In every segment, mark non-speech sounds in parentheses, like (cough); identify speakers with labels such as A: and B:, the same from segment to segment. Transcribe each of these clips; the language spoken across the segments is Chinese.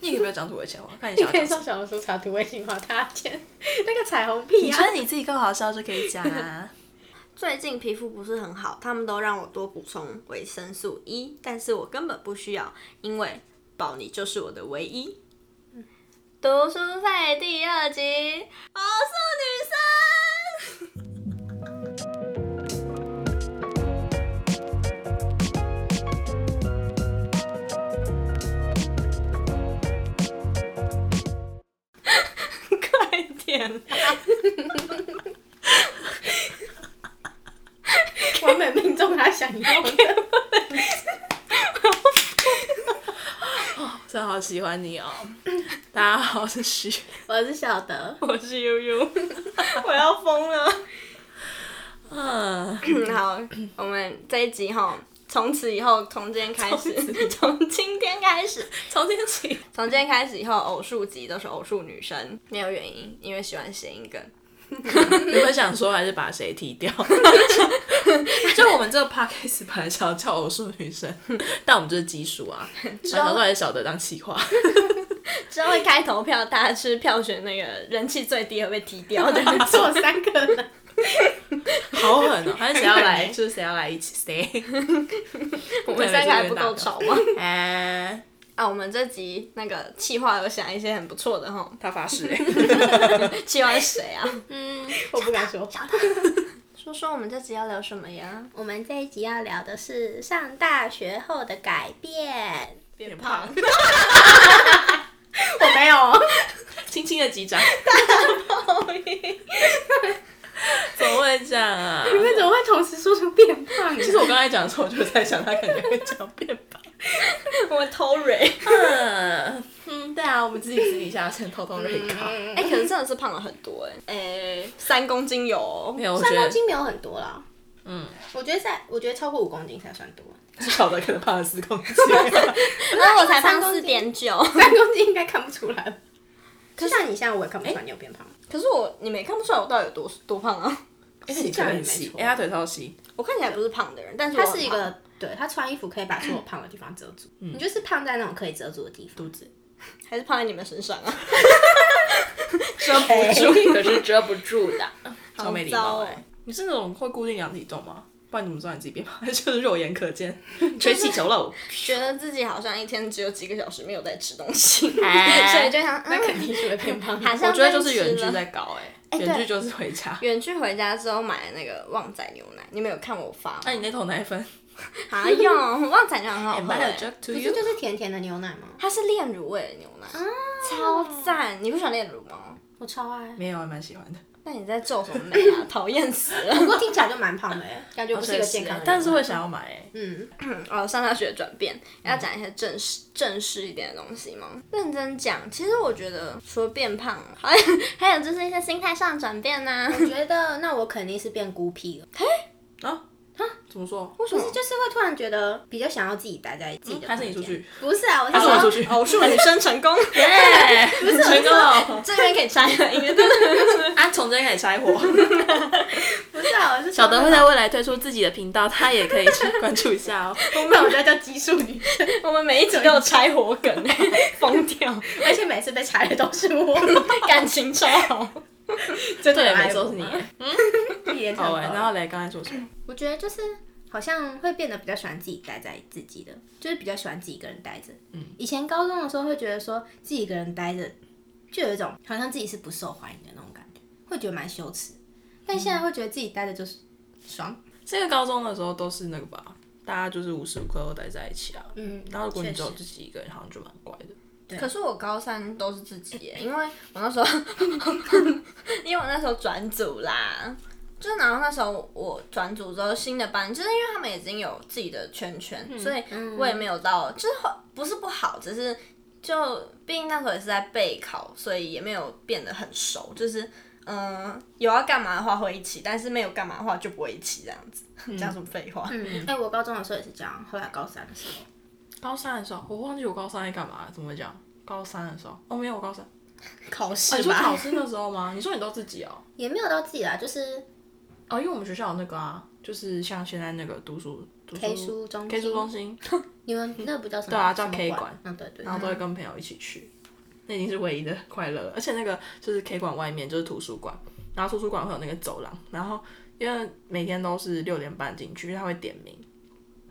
A: 有没有长土味情话？看你
B: 你
A: 想要
B: 可
A: 讲什
B: 以上
A: 么。
B: 小红书查土味情话大件，那个彩虹屁
A: 你
B: 啊
A: 觉！得你自己够好笑就可以讲啊。
C: (laughs) 最近皮肤不是很好，他们都让我多补充维生素 E，但是我根本不需要，因为宝你就是我的唯一。读书会第二集，我是女生。快点啦！
B: 完美命中他想要的。
A: 真的好喜欢你哦！大家好，我是徐。
B: (laughs) 我是小德，
C: (laughs) 我是悠悠， (laughs) 我要疯了。
A: 嗯，
C: (laughs) 好，我们这一集哈，从此以后，从今天开始， (laughs) 从今天开始，
A: 从今天起，
C: 从今天开始以后，偶数集都是偶数女生，没有原因，因为喜欢谐音梗。
A: 你们想说还是把谁踢掉？ (laughs) 就我们这个 podcast 本来想要叫偶数女生，但我们就是奇数啊，想到还是小的当企划。
C: 之后会开投票，大家是票选那个人气最低的被踢掉的。
B: 做三个人，
A: 好狠哦！还是谁要来？ (laughs) 就是谁要来一起 stay？
C: (laughs) 我们三个还不够吵吗？ (laughs)
A: 哎，
C: 啊，我们这集那个企划有想一些很不错的哈，
A: (laughs) 他发誓欸，
C: 企划是谁啊？
B: 我不敢说。
C: (laughs) 说说我们这集要聊什么呀？
B: 我们这一集要聊的是上大学后的改变。
A: (laughs) 变胖，
B: 我没有哦，
A: 轻轻的击掌。 (laughs) 怎么会这样啊？
B: 你们怎么会同时说出变胖？
A: 其实我刚才讲的时候，我就在想，他肯定会讲变胖。
C: (laughs) 我们偷 (laughs) 蕊。
A: 嗯， (laughs) 嗯，对啊，我们自己私底下先偷偷
B: 嗯
A: 瑞考。
C: 哎、可是真的是胖了很 (laughs) 多哎、哎、三公斤有哦、
A: 没有，我觉
B: 三公
A: 得
B: 斤没有很多啦，
A: 嗯，
B: 我觉得在，我觉得超过五公斤才算多。
A: 至少的可能胖了四 (laughs) 公斤。
C: 然哎后我才胖
B: 三公斤
C: 四点九，
B: 三公斤应该看不出来吧。就像你现在，我也看不出来你有变胖。
C: 可是我你没看不出来我到底有多多胖啊！
A: 而且你
B: 这
A: 腿
B: 样也
A: 很
B: 没
A: 细，
B: 错
A: 哎，他腿超细。
C: 我看起来不是胖的人，但是我
B: 他
C: 很
B: 是一
C: 胖
B: 个，对他穿衣服可以把所有胖的地方遮住，
A: 嗯
B: 你就是胖在那种可以遮住的地方。肚子，
C: 还是胖在你们身上啊，
A: 遮不住，可是遮不住的，哎 (laughs) 超没礼貌
C: 好糟
A: 哎、
C: 哦
A: 你是那种会固定量体重吗？不然你怎么知道你自己变 (laughs) 胖？就是肉眼可 (laughs) 见，吹气球喽。
C: 觉得自己好像一天只有几个小时没有在吃东西，
A: 哎
C: (laughs) 所以就想
B: 那肯
C: 嗯，
B: 定是会
A: (laughs)
B: 变胖。
C: 好像
A: 我觉得就
C: 被
A: 是
C: 吃
A: 远距
C: 了
A: 在搞哎、 (laughs)
C: 对
A: 远距就是回家。
C: 远距回家之后买那个旺仔牛奶，你们有看我发吗？
A: 那、你那桶奶 (laughs) 粉
C: 哪有 (laughs) 旺仔牛奶很好
A: ？Am
C: 喝、
A: I a
C: 欸
A: joke，to
B: 不
A: you？
B: 是就是甜甜的牛奶吗？
C: 它是炼乳味的牛奶，
B: 啊
C: 超赞！你不喜欢炼乳吗？
B: 我超爱，
A: 没有，还蛮喜欢的。
C: 那你在皱什么眉
A: (laughs)
C: 啊？讨厌死了！
B: 不过听起来就蛮胖的哎，感觉不是一个健康的牛奶。
A: 但是会想要买、欸。
B: 嗯，
C: 哦，上大学的转变，要讲一些正式、正式一点的东西吗？认真讲，其实我觉得除了变胖，还有还有就是一些心态上的转变呐、 (laughs)
B: 我觉得那我肯定是变孤僻了，
A: 啊怎么说？
C: 为什
B: 不
C: 么
B: 是就是会突然觉得比较想要自己待在自己的
A: 还
B: 空
A: 嗯
B: 间。
A: 是你出去？
B: 不是啊，我
A: 还
B: 是
A: 是我出
B: 说
A: 去？(laughs)
C: 偶数女生成功？
A: 耶，不是成功了！
C: 这边可以拆了，因为真的
A: 啊，从这里开始拆火。 (laughs)
B: 不是啊，我是
A: 小德会
B: 在
A: 在未来推出自己的频道，他也可以去关注一下哦。
B: 那我就叫奇数女生，
C: 我们每一集都有拆火梗，
A: (laughs)
C: 疯掉，
B: 而且每次被踩的都是我，
C: 感情超好。
B: 真的
A: 对，
B: 很爱
A: 没错，
B: 我嗯
A: 是你。 (laughs)
B: 一脸
A: 好
B: 惨
A: 哎、
B: 白
A: 然后嘞，刚才说什么？
B: 我觉得就是好像会变得比较喜欢自己待在自己的，就是比较喜欢自己一个人待着。嗯，以前高中的时候会觉得说自己一个人待着，就有一种好像自己是不受欢迎的那种感觉，会觉得蛮羞耻。但现在会觉得自己待着就是爽。
A: 这个高中的时候都是那个吧，大家就是无时无刻都待在一起啊。
B: 嗯
A: 然后如果你只有
B: 确
A: 自己一个人，好像就蛮怪的。
C: 可是我高三都是自己耶，因为我那时候， (laughs) 因为我那时候转组啦，就是然后那时候我转组之后新的班，就是因为他们已经有自己的圈圈，所以我也没有到，就是不是不好，只是就毕竟那时候也是在备考，所以也没有变得很熟，就是。嗯，有要干嘛的话会一起，但是没有干嘛的话就不会一起这样子，讲什么废话？
B: 嗯，哎、我高中的时候也是这样，后来高三的时候，
A: 高三的时候，我忘记我高三在干嘛了，怎么会讲？高三的时候，哦，没有，我高 (laughs) 三。
C: 考
A: 哦、
C: 试
A: 你说考试的时候吗？你说你都自己哦？
B: 也没有到自己啦，就是
A: 哦，因为我们学校有那个啊，就是像现在那个读书读
B: K 书中心
A: K 书中心， (laughs)
B: 你们那不叫什么？
A: 对啊叫
B: 什么
A: K
B: 馆
A: 馆
B: 嗯，对对。
A: 然后都会跟朋友一起去。那已经是唯一的快乐了。而且那个就是 K 馆外面就是图书馆，然后图书馆会有那个走廊，然后因为每天都是六点半进去，因为他会点名。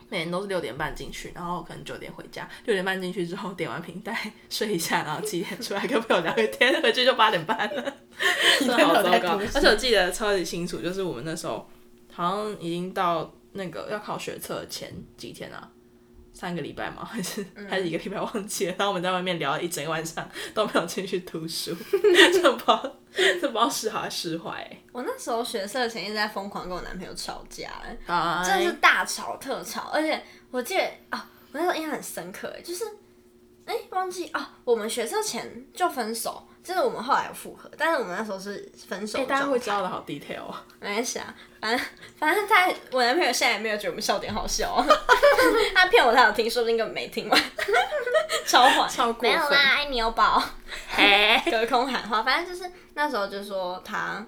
A: 每天都是六点半进去，然后可能九点回家。六点半进去之后，点完瓶带睡一下，然后七点出来跟朋友聊个天，回去就八点半了，真的好糟糕。而且我记得超级清楚，就是我们那时候好像已经到那个要考学测前几天啊，三个礼拜嘛，还是、还是一个礼拜忘记了。然后我们在外面聊了一整个晚上，都没有进去读书， (laughs) 这不知道这不知道是好还是坏、欸。
C: 我那时候学社前一直在疯狂跟我男朋友吵架、哎
A: 啊
C: 真的是大吵特吵，而且我记得啊、我那时候印象很深刻，哎就是哎、忘记啊、我们学社前就分手，就是我们后来有复合，但是我们那时候是分手
A: 哎、
C: 的
A: 大家
C: 状态、
A: 会知道的好 detail (laughs) 哦。
C: 没关系啊，反正反正他我男朋友现在也没有觉得我们笑点好笑、哦
A: (laughs)
C: 他骗我他有听，说不定根本没听完，超坏，
A: 超过分
C: 没有啦，爱你有宝，
A: 哎、
C: 隔空喊话，反 (laughs) 正就是那时候就说他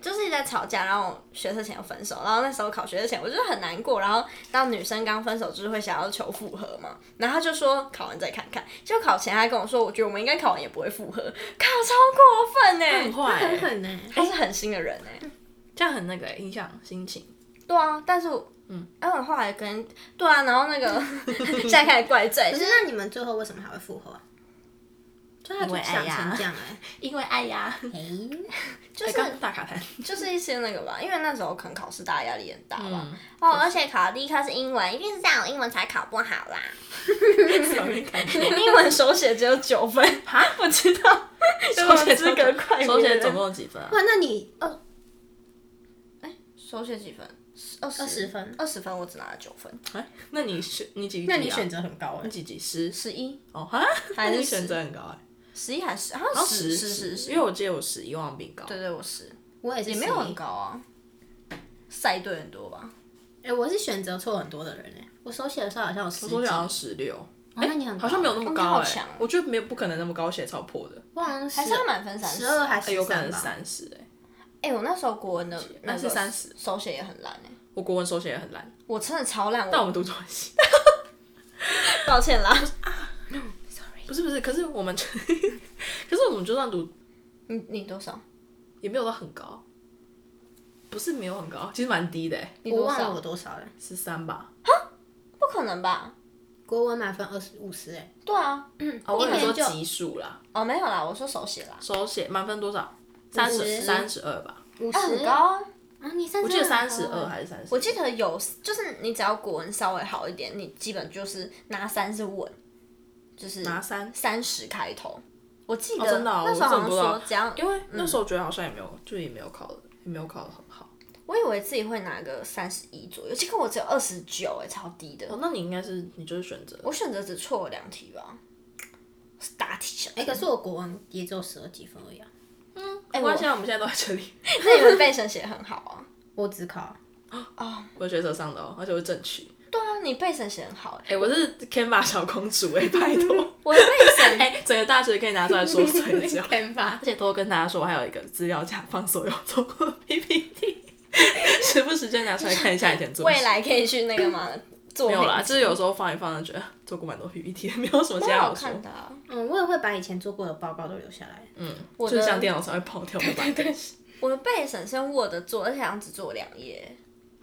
C: 就是一直在吵架，然后学测前又分手，然后那时候考学测前我就是很难过，然后当女生刚分手就是会想要求复合嘛，然后他就说考完再看看，就考前他跟我说，我觉得我们应该考完也不会复合，靠，超过分呢、
A: 很嗯坏、
B: 很
A: 欸，
B: 狠呢、
C: 他是很新的人哎、
A: 这样很那个、欸、影响心情。
C: 对啊，但是我。嗯，哎，我后来跟对啊，然后
A: (laughs)
C: 那个现在开始怪罪，
B: 哎可
C: 就是是
B: 那你们最后为什么还会复合啊？就他就想成这样哎、
C: 因为爱呀，
B: 诶
C: 就是
A: 哎刚大卡
C: (laughs)
A: 痰，
C: 就是一些那个吧，因为那时候可能考试大家压力很大吧，
A: 嗯
C: 哦，而且考的第一科是英文，一定是这样，英文才考不好啦。
A: 小明感 (laughs) 觉。
C: 英文手写只有九分， (laughs)
A: 哈，
C: 我知道，
A: 手写
C: 资格快
A: 手写总共几分啊？
B: 哇，那你哦二
C: 哎手写几分？二
B: 二十分
C: 二十分我只拿了九分，
A: 哎，那你选你几？
B: 那你选择很高哎、
A: 你几几十？
C: 十一
A: 哦哈，
C: 还
A: 那
C: 是
A: 你选择很高哎，
C: 十一还是好像哦十十十十，
A: 因为我记得我十一忘比高。
C: 对对，我十
B: 我也是
C: 也没有
B: 十
C: 很
B: 一
C: 高啊，赛队很多吧？
B: 哎、我是选择错很多的人哎、我手写的时候好像有十
A: 我
B: 几，
A: 手写好像
B: 哦
A: 十六，
B: 那你很高
A: 好像没有那
C: 哦
A: 么
C: 你
A: 高
C: 好
A: 哎
C: 强哦，
A: 我觉得没有不可能那么高，写超破的，
B: 我好像
C: 还是要满分三
B: 十二还
A: 哎
B: 是
A: 有可能
B: 三
A: 是
B: 吧？
A: 三十哎。
C: 哎，我那时候国文的
A: 那是30
C: 手写也很烂哎，
A: 我国文手写也很烂，
C: 我真的超烂，
A: 但我
C: 我
A: 们读中文系
C: 抱歉啦。
A: 不是不是，可是我们 (laughs) 可是我们就算读
C: 你你多少？
A: 也没有到很高，不是没有很高，其实蛮低的哎，
C: 你
B: 我
C: 多
B: 忘了
C: 少
B: 我？多少了。
A: 十三吧。
C: 不可能吧？
B: 国文满分二十五十哎，
C: 对啊，
A: 哦，我
B: 一
A: 想说
B: 年就
A: 级数啦，
C: 哦没有啦，我说手写啦，
A: 手写满分多少？三十
B: 50
A: 三十二吧，
B: 五
C: 啊
B: 十
C: 很高啊。
B: 啊！你三十，
A: 我记得三十二。还是三十？
C: 我记得有，就是你只要国文稍微好一点，你基本就是拿三是稳，就是
A: 拿三
C: 三十开头。我记得、
A: 哦真的哦
C: 那时候好像
A: 我真的不知道
C: 说只要，
A: 因为那时候觉得好像也没有，就也没有考的，也没有考的很好。
C: 我以为自己会拿个三十一左右，结果我只有二十九，哎，超低的。
A: 哦，那你应该是你就是选择
C: 我选择只错了两题吧，是大题小。
B: 哎、可是我国文也只有十二几分而已啊！
A: 没关系啊，我们现在都在这里。 (laughs)
C: 那你们背神写得很好啊。
B: 我只考
A: 我学车上的哦，而且我是正取。
C: 对啊，你背神写得很好、哎，
A: 哎，我是 Canva 小公主哎，拜托。
C: 我的背 (laughs)
A: (laughs)
C: 神，
A: 哎，整个大学可以拿出来说嘴的时
B: (laughs)
A: 候
B: 吧
A: 而。且偷偷跟大家说，我还有一个资料夹放所有做过的 PPT，时
C: (laughs)
A: 不时就拿出来看一下以前做的
C: 未来可以去那个嘛做
A: (laughs) 没有啦，
C: 评
A: 就是有时候放一放，就觉得做过蛮多 PPT，没有什么其
C: 都
A: 他
C: 好
A: 好说。
C: 看的、啊。
B: 嗯，我也会把以前做过的报告都留下来。
C: 我
A: 就是
C: 的
A: 像电脑上会跑掉的版本。
C: 我的背审是用 Word 做，而且好像只做了两页。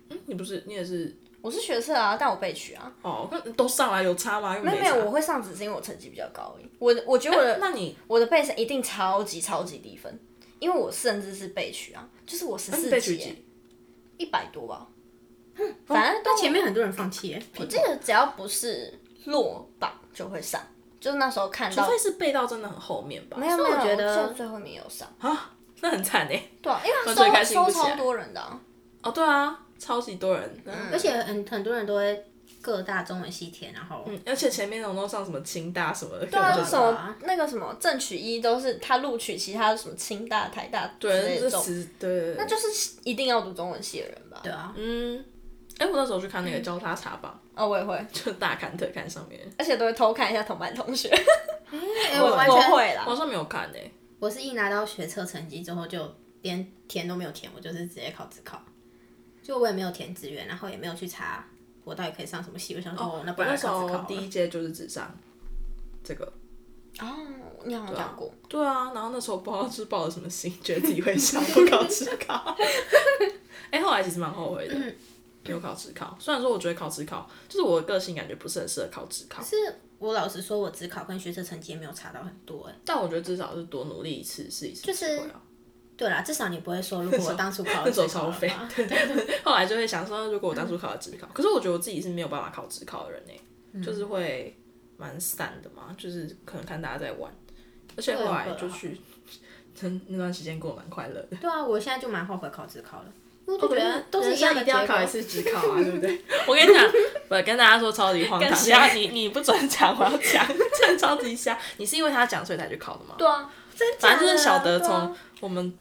A: 嗯你不是你也是
C: 我是学测啊，但我背取啊。
A: 哦？那都上来有差吗？又
C: 没有没
A: 差
C: 有，我会上只是因为我成绩比较高而已。我的我觉得我的、
A: 那你
C: 我的背审一定超级超级低分，因为我甚至是背取啊，就是我十
A: 那你
C: 四
A: 被取
C: 级
A: 几？
C: 一百多吧，反正都
B: 但前面很多人放弃哎，
C: 我记得只要不是落榜就会上，就是那时候看
A: 除
C: 到
A: 非是背到真的很后面吧？
C: 没有没
B: 所以
C: 有，
B: 我觉得
C: 就最后面有上，
A: 啊，那很惨哎。
C: 对、啊，因为
A: 最开
C: 他
A: 心
C: 收
A: 不
C: 收
A: 起来
C: 超多人的、啊，
A: 哦，对啊，超级多人。嗯
B: 而且很很多人都会各大中文系填，然后
A: 而且前面那种都上什么清大什么的，对
C: 对啊，
A: 就
C: 就是什么
B: 吧
C: 那个什么正取一都是他录取其他什么清大、台大之类
A: 对，就
C: 的这种，
A: 是对，那
C: 那就是一定要读中文系的人吧？
B: 对啊，
A: 嗯，哎，我那时候去看
B: 嗯
A: 那个交叉查榜，
C: 哦，我也会，
A: 就大看特看上面，
C: 而且都会偷看一下同班同学。
B: 哎、
A: 我
B: 我完全
C: 我会啦
A: 我好像没有看哎。
B: 我是一拿到学测成绩之后，就连填都没有填，我就是直接考自考，就我也没有填志愿，然后也没有去查我到底可以上什么系。我想说，哦那不
A: 我那
B: 然来
A: 时
B: 考自
A: 候
B: 考
A: 第一
B: 了。
A: 届就是只上这个，
C: 哦，你好像讲过，
A: 对啊，然后那时候不知道是抱着什么心，觉得自己会上不考职
B: (laughs)
A: 考。哎、后来其实蛮后悔的，
B: 嗯
A: 没有考职考。虽然说我觉得考职考，就是我的个性感觉不是很适合考职考
B: 可，是我老实说，我只考跟学测成绩也没有差到很多哎。
A: 但我觉得至少是多努力一次试一次
B: 就
A: 机
B: 是
A: 会啊。
B: 对啦，至少你不会说，如果我当初考了
A: 那种
B: 最好
A: 超
B: 的
A: 废
B: (laughs) 话，
A: 对对对。后来就会想说，如果我当初考了职考，可是我觉得我自己是没有办法考职考的人呢、就是会蛮散的嘛，就是可能看大家在玩，而且后来就去，真那段时间过得蛮快乐的。
B: 对啊，我现在就蛮后悔考职考了，因为我
A: 我
B: 就觉得哦都是
A: 人
B: 一
A: 生
B: 样的
A: 一定要
B: 结果
A: 考一次职考啊， (laughs) 对不对？我跟你讲，我跟大家说超级荒唐，
C: 跟
A: 只
C: 谁
A: 要你你不准讲，我要讲， (laughs) 真的超级瞎。你是因为他讲所以才去考的吗？
C: 对啊，
A: 反正就是小德
C: 对啊
A: 从我们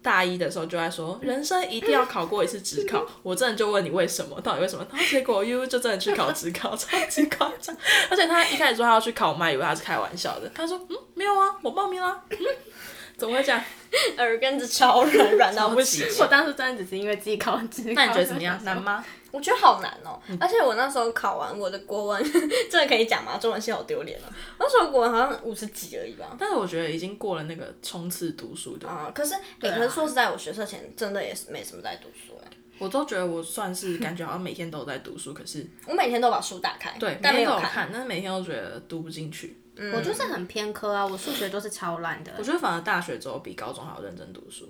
A: 大一的时候就在说，人生一定要考过一次职
C: (laughs)
A: 考。我真的就问你为什么，到底为什么？然后结果悠悠就真的去考职考， (laughs) 超级夸张。而且他一开始说他要去考，我妈以为他是开玩笑的。他说：“嗯，没有啊，我报名啦。”嗯，怎么会这样？
C: 耳根子超软，软到不行
A: 超。级
B: 我当初真的只是因为自己考完职考，
A: 那你觉得怎么
B: (laughs)
A: 样？难吗？
C: (laughs) 我觉得好难哦、而且我那时候考完我的国文， (laughs) 这个可以讲吗？中文系好丢脸哦。那时候国文好像五十几而已吧。
A: 但是我觉得已经过了那个冲刺读书的，
C: 啊、可是、欸
B: 啊
C: 可是说实在，我学测前真的也是没什么在读书哎、
A: 我都觉得我算是感觉好像每天都有在读书，可是
C: 我每天都把书打开，
A: 对，
C: 嗯但
A: 每
C: 没
A: 天都有
C: 看。嗯
A: 看，但是每天都觉得读不进去。
B: 我就是很偏科啊，我数学都是超烂的。
A: 我觉得反而大学之后比高中还要认真读书。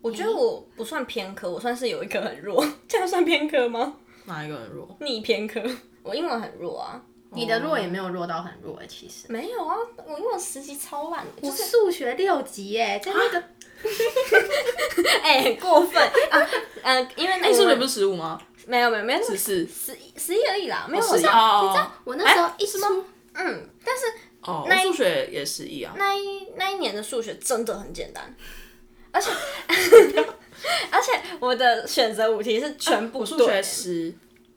C: 我觉得我不算偏科，我算是有一科很弱，这样算偏科吗？
A: 哪一个人弱？
C: 逆偏科，我英文很弱啊。
B: 你的弱也没有弱到很弱哎、其实。
C: 没有啊，我英文实习超烂的，就
B: 我
C: 是
B: 数学六级耶，在那个
C: (laughs) 哎、很过分啊，嗯、因为
A: 哎、
C: 那
A: 数
C: 个
A: 学不是十五吗？
C: 没有没有没有
A: 十四。
C: 十一十一而已啦，没有
A: 哦
C: 我
A: 十一
C: 上
A: 哦
C: 你知道
B: 我那时候一出
C: 嗯，但是
A: 哦，我
C: 那一
A: 数学也十一啊。
C: 那一那一年的数学真的很简 (laughs) 单，而且而且我的选择五题是全部
A: 我数
C: 对
A: 学十。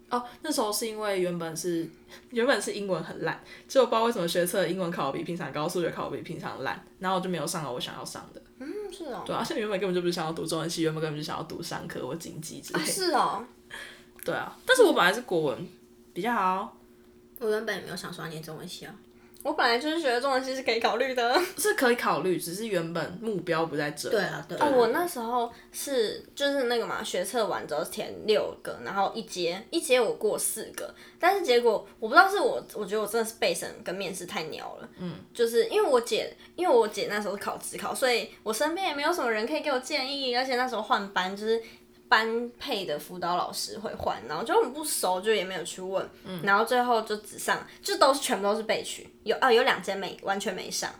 A: 哦，那时候是因为原本是原本是英文很烂，结果不知道为什么学测英文考的比平常高，数学考的比平常烂，然后我就没有上了我想要上的。
C: 嗯是哦，
A: 对啊，而且原本根本就不是想要读中文系，原本根本就想要读商科或经济之类
C: 啊
A: 的。
C: 是哦，
A: 对啊，但是我本来是国文比较好，
B: 我原本也没有想说要念中文系啊，
C: 我本来就是觉得中文系是可以考虑的。
A: 是可以考虑，只是原本目标不在这。
B: 对啊对啊
C: 哦，我那时候是就是那个嘛，学测完之后填六个，然后一阶一阶我过四个，但是结果我不知道是我，我觉得我真的是备审跟面试太鸟了，嗯，就是因为我姐，因为我姐那时候是考职考，所以我身边也没有什么人可以给我建议，而且那时候换班就是。班配的辅导老师会换，然后就很不熟，就也没有去问，然后最后就只上，就都是全部都是被取，有啊有两间没完全没上，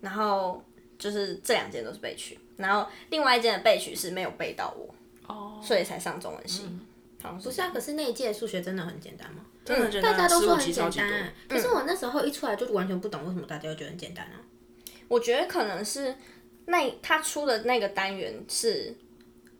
C: 然后就是这两间都是被取，然后另外一间的被取是没有被到我，
A: 哦，
C: 所以才上中文系。
A: 嗯
C: 好像
B: 不是啊，可是那一届的数学真的很简单吗？
A: 真的觉得
B: 大家都
A: 15
B: 说很
A: 级
B: 简
A: 嗯超级
B: 单、
A: 多。嗯
B: 欸，可是我那时候一出来就完全不懂为什么大家会觉得很简单啊。
C: 我觉得可能是那他出的那个单元是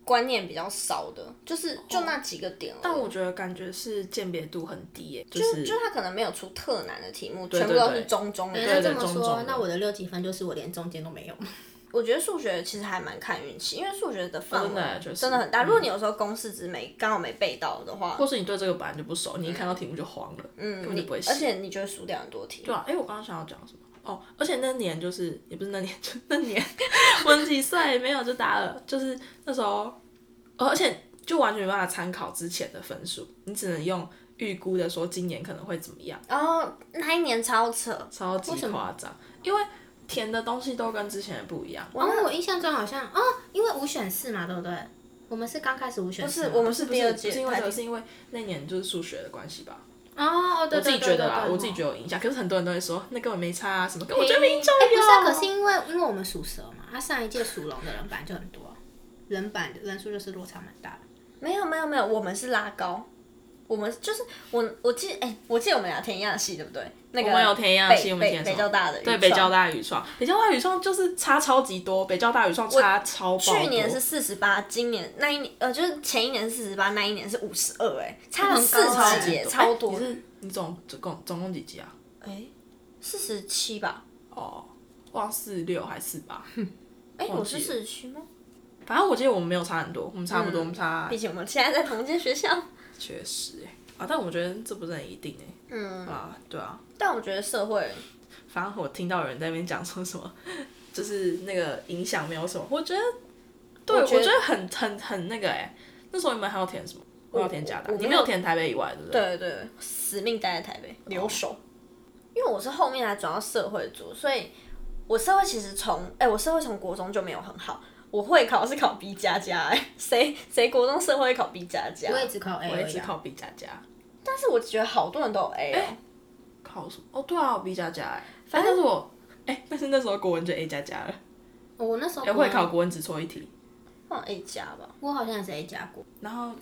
C: 观念比较少的，就是就那几个点而已
A: 哦但我觉得感觉是鉴别度很低耶，就
C: 就是就他可能没有出特难的题目，
A: 对
C: 全部都是中中
B: 哎
C: 的。
B: 那
A: 对
B: 这么
A: 中中
B: 说
A: 的，
B: 那我的六级分就是我连中间都没有吗？
C: 我觉得数学其实还蛮看运气，因为数学的范
A: 真
C: 围
A: 的耶就是嗯
C: 真的很大。如果你有时候公式值没刚好没背到的话，
A: 或是你对这个本来就不熟，你一看到题目就慌了，嗯，根本
C: 你
A: 就不会
C: 嗯而
A: 写。
C: 且你就会输掉很多题。
A: 对啊，哎，我刚刚想要讲什么？哦，而且那年就是也不是那年， (laughs) 就那年我们几岁没有就打了，就是那时候，哦而且就完全没办法参考之前的分数，你只能用预估的说今年可能会怎么样。
C: 然后那一年超扯，
A: 超级夸张，因为填的东西都跟之前的不一样。
B: 然后我印象中好像哦，因为五选四嘛，对不对？我们是刚开始五选四
C: 是
B: 嘛，
C: 我们
A: 是不
C: 第
A: 是
C: 二
A: 不
C: 届，
A: 是因为这
C: 才
A: 个，是因为那年就是数学的关系吧？
B: 哦，哦对
A: 我自己
B: 对
A: 觉
B: 对对对
A: 得啦，
B: 对
A: 我自己
B: 哦
A: 觉得有影响。可是很多人都会说那根本没差啊，什么根本就
C: 哎
A: 没重
B: 哎、不是、啊，
A: 要。
B: 可是因为因为我们属蛇嘛，啊，上一届属龙的人本来就很多，人版人数就是落差蛮大的。
C: 没有没有没有，我们是拉高，我们就是我我记哎、我记得我们俩填一样的系对不对？那个
A: 我们有啊填一样的系我们
C: 北
A: 填
C: 北
A: 什么
C: 北交大的
A: 对
C: 语
A: 北
C: 创
A: 交大语创，北交大语创就是差超级多，北交大语创差超爆多。
C: 去年是四十八，今年那一年呃就是前一年是四十八，那一年是五十二，哎，差了
B: 很高
C: 四
B: 哎
C: 十节，超
A: 哎
C: 多
A: 你，是你总总共总共几级啊？
C: 哎，四十七吧？
A: 哦，忘四六还四八，
C: 哎，
A: 忘
C: 我是
A: 记
C: 四十七吗？
A: 反正我记得我们没有差很多，我们差不多，我们差
C: 嗯毕竟我们现在在同间学校，
A: 确实哎、啊，但我觉得这不是很一定哎、
C: 嗯，
A: 啊，对啊，
C: 但我觉得社会
A: 反正我听到有人在那边讲说什么， (laughs) 就是那个影响没有什么，我觉得，对我
C: 我
A: 觉
C: 觉得
A: 得很很很那个哎、那时候你们还要填什么？我要填假的，啊
C: 我
A: 你
C: 没
A: 没
C: 有
A: 有填台北以外，对不对？
C: 对对对，死命待在台
B: 哦
C: 北留守。因为我是后面才转到社会组，所以我社会其实从哎、我社会从国中就没有很好，我会考是考 B 加加，哎， (laughs) 谁谁国中社会考 B 加加？
B: 我也只考 A，
A: 我
B: 而
A: 也
B: 已
A: 只
B: 啊
A: 考 B 加加，
C: 但是我觉得好多人都有 A
B: 哎
C: 哦、
A: 考什么？哦，对啊，我 B 加加哎，反正是我哎、但是那时候国文就 A 加加了，
B: 哦我那时候
A: 哎、会考，国文只错一题，
C: 放 A 加吧。
B: 我好像也是 A 加过，
A: 然后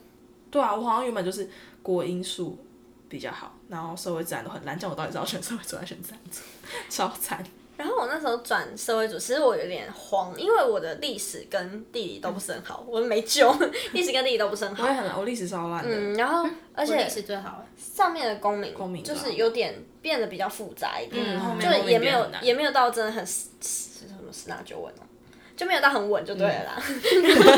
A: 对啊，我好像原本就是国英数比较好，然后社会自然都很烂，这样我到底是要选社会组还是选自然组？ (laughs) 超惨。
C: 然后我那时候转社会组，其实我有点慌，因为我的历史跟地理都不是很好，我没救， (laughs) 历史跟地理都不是很
A: 我
C: 好。
A: 也很烂，我历史超烂的。
C: 嗯，然后而
B: 我
C: 且
B: 历史最好了。
C: 上面的公民
A: 公民吧
C: 就是有点变得比较复杂一点，
A: 嗯后面
C: 就
A: 公民
C: 也没
A: 变得
C: 有
A: 很难
C: 也没有到真的很十十什么十拿九稳哦，就没有到很稳就对了啦。
A: 嗯
C: (laughs)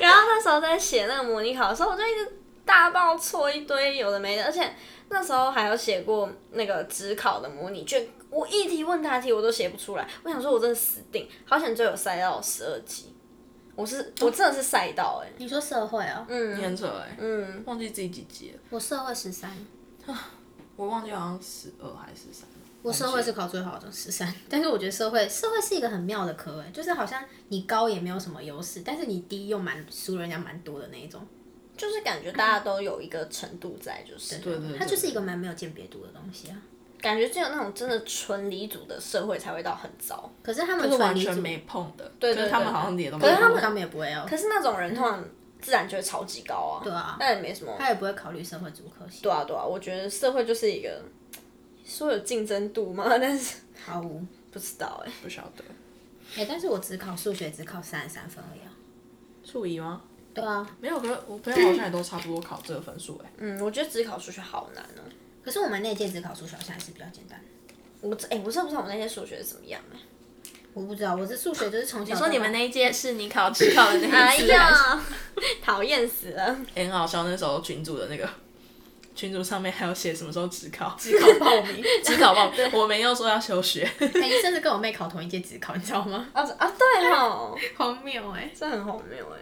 C: 然后那时候在写那个模拟考的时候，我就一直大爆错一堆有的没的，而且那时候还有写过那个职考的模拟卷，我一题问答题我都写不出来，我想说我真的死定，好险就有塞到十二级，我是我真的是塞到哎、欸
B: 你说社会哦，嗯，
A: 你很扯哎、
C: 嗯。
A: 忘记自己几级了，
B: 我社会十三，
A: 我忘记好像十二还是十三。
B: 我社会是考最好的十三，但是我觉得社会社会是一个很妙的科，哎，就是好像你高也没有什么优势，但是你低又蛮输人家蛮多的那一种，
C: 就是感觉大家都有一个程度在，就是
A: 对对对
B: 它就是一个蛮没有鉴别度的东西啊。
C: 感觉只有那种真的纯理组的社会才会到很糟。
B: 可是他们
A: 就是完
B: 传理
A: 全
B: 组
A: 没碰的，
C: 对对
A: 可是他们好像也都没
C: 可
A: 碰
C: 是
A: 过。
C: 他们
B: 他们也不会哦，
C: 可是那种人通常自然就会超级高啊，
B: 对啊
C: 那也没什么。
B: 他也不会考虑社会主科系，
C: 对啊对啊，我觉得社会就是一个说有竞争度嘛， (laughs) 但是
B: 毫无。
C: 不知道哎、
A: 不晓得
B: 哎、但是我只考数学，只考三十三分而已啊。
A: 数乙吗？
B: 对啊，
A: 没有，可是我朋友好像也都差不多考这个分数哎、
C: 嗯，我觉得只考数学好难哦、
B: 可是我们那届只考数学，好像还是比较简单。
C: 我哎、我真的不知道我那些数学是怎么样哎、
B: 我不知道，我是数学就是从小。
A: 你说你们
B: (laughs)
A: 那一届是你考只考的那
C: (laughs) 哎
A: 一次，
C: 呀，讨厌死了！
A: 哎很好笑。那时候群主的那个群主上面还有写什么时候只考，
C: 只考报名
B: (laughs)
A: 只考报，我们又说要休
C: (laughs)
A: 学，
B: 哎、你甚至跟我妹考同一届只考，你知道吗？
C: 啊啊，对哦，
B: 荒谬
A: 欸
B: 哎、
C: 这很荒谬哎、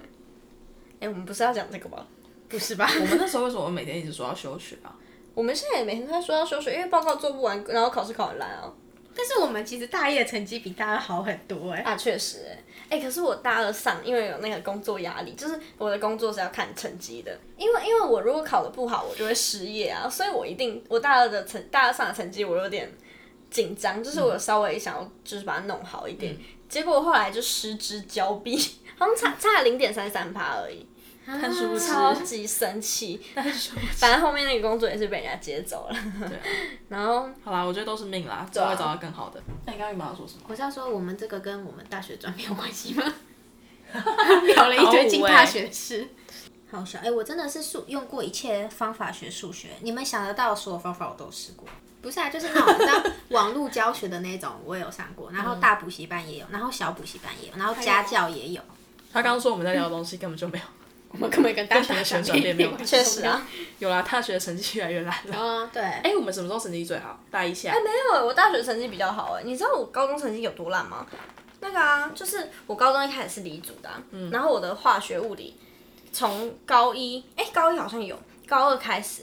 C: 哎、我们不是要讲这个吧？
B: 不是吧？
A: 我们那时候为什么每天一直说要休学
C: (laughs)
A: 啊？
C: 我们现在也每天都在说要休学，因为报告做不完，然后考试考很烂啊。
B: (laughs) 但是我们其实大一的成绩比大二好很多哎、
C: 啊，确实、欸，哎、可是我大二上，因为有那个工作压力，就是我的工作是要看成绩的。因为因为我如果考得不好，我就会失业啊，所以我一定我大二的成大二上的成绩我有点紧张，就是
A: 嗯
C: 我有稍微想要就是把它弄好一点，结果后来就失之交臂，好像差差零点三三趴而已，
A: 但
B: 啊
A: 殊不知，
C: 超级生气。
A: 但殊不知，
C: 反正后面那个工作也是被人家接走了，
A: 对啊。
C: (laughs) 然后
A: 好啦，我觉得都是命啦，之后会找到更好的。那你刚刚有没有要说什么？
B: 我是要说我们这个跟我们大学转变有关系吗？
A: (laughs)
B: 聊了一堆进大学
A: 欸
B: 的事。好笑哎、我真的是数用过一切方法学数学，你们想得到的所有方法我都试过。不是啊，就是那种你知
A: (laughs)
B: 道网络教学的那种，我也有上过，
A: 嗯
B: 然后大补习班也有，然后小补习班也有，然后家教也有。
A: 他刚刚说我们在聊的东西根本就没有，
B: 我们根本跟大
A: 跟大学转变没有关系。
C: 确实啊，
A: 有啦，大学的成绩越来越烂了。
B: 嗯，对，哎、
A: 哎、我们什么时候成绩最好？大一下。
C: 没有欸，我大学成绩比较好哎。你知道我高中成绩有多烂吗？那个啊，就是我高中一开始是理组的啊、然后我的化学、物理从高一，哎、高一好像有，高二开始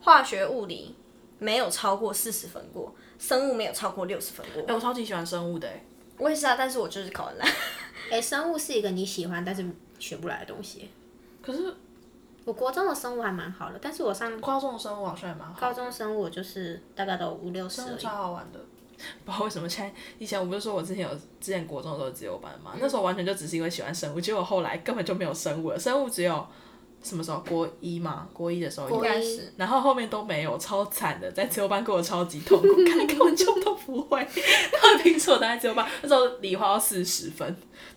C: 化学、物理没有超过四十分过，生物没有超过六十分过。
A: 哎、我超级喜欢生物的、哎，
C: 我也是啊，但是我就是考很烂。
B: 哎生物是一个你喜欢但是学不来的东西。
A: 可是
B: 我国中的生物还蛮好的，但是我上
A: 高中的生物好像也蛮好。
B: 高中生物我就是大概都五六十
A: 生
B: 而
A: 物
B: 已
A: 超。好玩的。不知道为什么现在以前我不是说我之前有之前国中的时候只有班嘛，那时候完全就只是因为喜欢生物，结果后来根本就没有生物了，生物只有什么时候国一嘛，国一的时候有
C: 应
B: 国
C: 该
B: 一
C: 是
A: 然后后面都没有，超惨的，在自由班过得超级痛 (laughs) 苦，根根本就都不会。然后平时我待在自由班，那时候理化要四十分，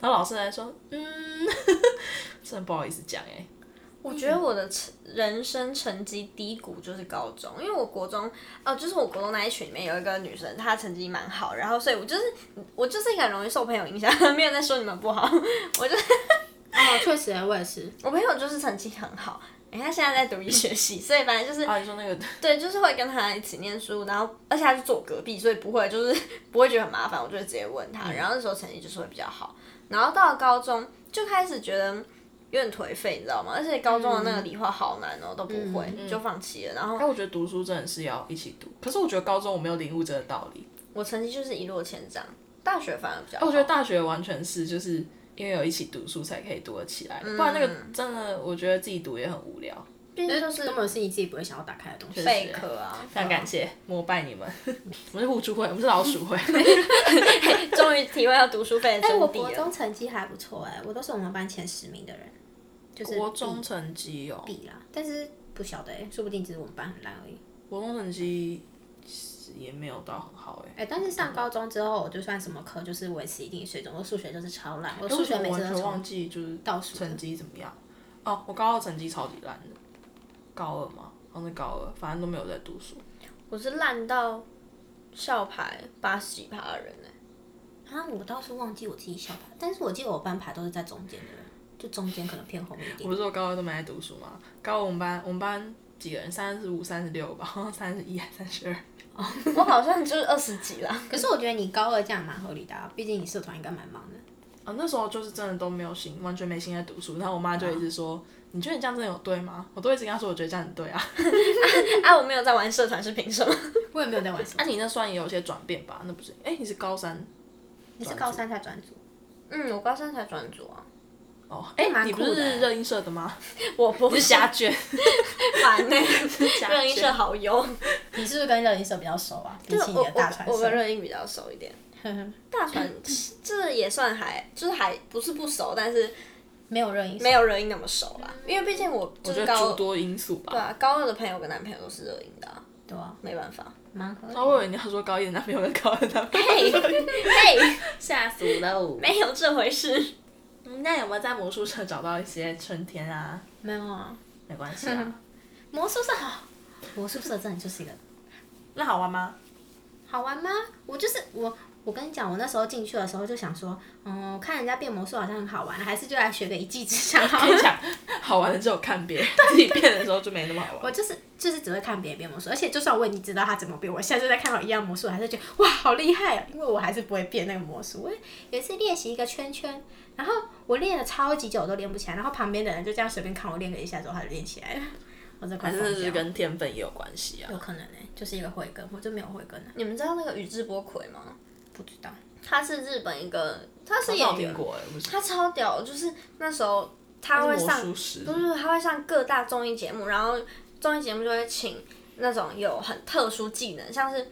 A: 然后老师还说，嗯， (laughs) 真的不好意思讲哎、
C: (laughs) 我觉得我的成人生成绩低谷就是高中，因为我国中哦、就是我国中那一群里面有一个女生，她成绩蛮好，然后所以我就是我就是一个很容易受朋友影响， (laughs) 没有在说你们不好，我就
B: 哦，确实，我也是。
C: 我朋友就是成绩很好，哎、哎、他现在在读医学系，所以反正就是
A: 啊，你说那个
C: 对，就是会跟他一起念书，然后而且他是坐我隔壁，所以不会就是不会觉得很麻烦，我就会直接问他，然后那时候成绩就是会比较好。然后到了高中就开始觉得有点颓废，你知道吗？而且高中的那个理化好难哦、都不会、就放弃了。然后
A: 哎那我觉得读书真的是要一起读，可是我觉得高中我没有领悟这个道理。
C: 我成绩就是一落千丈，大学反而比较好。
A: 我觉得大学完全是就是因为有一起读书才可以读得起来，不然那个
B: 嗯
A: 真的我觉得自己读也很无聊。
C: 毕竟就是
B: 根本是你自己不会想要打开的东西。
C: 备课啊，
A: 非常感谢，膜拜你们， (laughs) 我们是互助会，我们是老鼠
B: (laughs)
A: 会。
C: (laughs) 终于体会到读书费的
B: 哎、
C: (laughs) 真
B: 我
C: 谛
B: 国
C: 了。
B: 中成绩还不错哎、我都是我们班前十名的人，就是
A: 国中成绩哦，
B: B 啦，但是不晓得哎、说不定只是我们班很烂而已。
A: 国中成绩其实也没有到很好哎、
B: 哎、但是上高中之后，我就算什么科就是维持一定水准，我数学就是超烂，我
A: 欸
B: 数学每
A: 我
B: 次
A: 完
B: 都
A: 全
B: 超
A: 忘。记就是
B: 倒数的
A: 成绩怎么样。哦，我高二成绩超级烂的，高二嘛，好像是高二，反正都没有在读书。
C: 我是烂到校牌八十几趴的人欸呢、
B: 啊，我倒是忘记我自己校排，但是我记得我班排都是在中间的人，就中间可能偏后面一点
A: 我。不是说高二都没在读书吗？高二我们班我们班几个人，三十五、三十六吧，好 (laughs) 像三十一还三十二。
C: 我好像就是二十几啦。
B: 可是我觉得你高二这样蛮合理的、啊，毕竟你社团应该蛮忙的。
A: 啊，那时候就是真的都没有心，完全没心在读书。然后我妈就一直说：“你觉得你这样真的有对吗？”我都一直跟她说：“我觉得这样很对啊。(laughs)
C: (laughs) 啊，我没有在玩社团是凭什么？
B: 我也没有在玩什”么。
A: 啊，你那算也有些转变吧？那不是？哎、你是高三
B: 你是高三才转组？
C: (laughs) 嗯，我高三才转组啊，
A: 哦？哎、
B: 蛮
A: 你不
B: 酷的
A: 是热音社的吗？ (laughs)
C: 我不
A: 你是虾 (laughs) 卷，
C: 烦呢、 (laughs)
A: 虾
C: 热音社
A: 卷
C: 好优，
B: (laughs) 你是不是跟热音社比较熟啊？比
C: 就
B: 起你
C: 我
B: 的大传
C: 我我跟
B: 社，
C: 热音比较熟一点，大 (laughs) 传这也算还就是还不是不熟，但是
B: 没有热音社，
C: 没有热音那么熟啦，因为毕竟我就
A: 我觉
C: 是
A: 得
C: 高
A: 诸多因素吧。
C: 对啊高二的朋友跟男朋友都是热音的、啊，
B: 对啊，
C: 没办法。
B: 蛮合理
A: 然后
C: (laughs)
A: 我以为你要说高一的男朋友跟高二的男朋友，
C: 嘿，
A: (laughs)
C: 嘿，
A: 吓死了。
C: 没有这回事。 (laughs)
A: 那有没有在魔术社找到一些春天啊？
B: 没有啊，
A: 没关系啊。
B: 魔术社好，魔术社真的就是一个
A: 那好玩吗？
B: 好玩吗？我就是我，我跟你讲，我那时候进去的时候就想说，嗯，看人家变魔术好像很好玩，还是就来学个一技之长好
A: 跟你
B: 了。
A: 讲，好玩的只有看别人，自己变的时候就没那么好
B: 我
A: 玩。
B: 就是就是只会看别人变魔术，而且就算我已经知道他怎么变，我现在就在看到一样魔术，我还是觉得哇好厉害啊！因为我还是不会变那个魔术。我有一次练习一个圈圈，然后我练了超级久我都练不起来，然后旁边的人就这样随便看我练了一下之后，他就练起来了，我真的快
A: 还
B: 疯
A: 是是
B: 掉了。
A: 跟天分也有关系啊。
B: 有可能呢、就是一个慧根，我就没有慧根呢、
C: 你们知道那个宇智波葵吗？
B: 不知道。
C: 他是日本一个，他是
A: 好像
C: 演
A: 有听
C: 员，
A: 过哎，不是
C: 他超屌，就是那时候他
A: 他
C: 会
A: 是魔
C: 上
A: 术师
C: 不是，他会上各大综艺节目，然后综艺节目就会请那种有很特殊技能，像是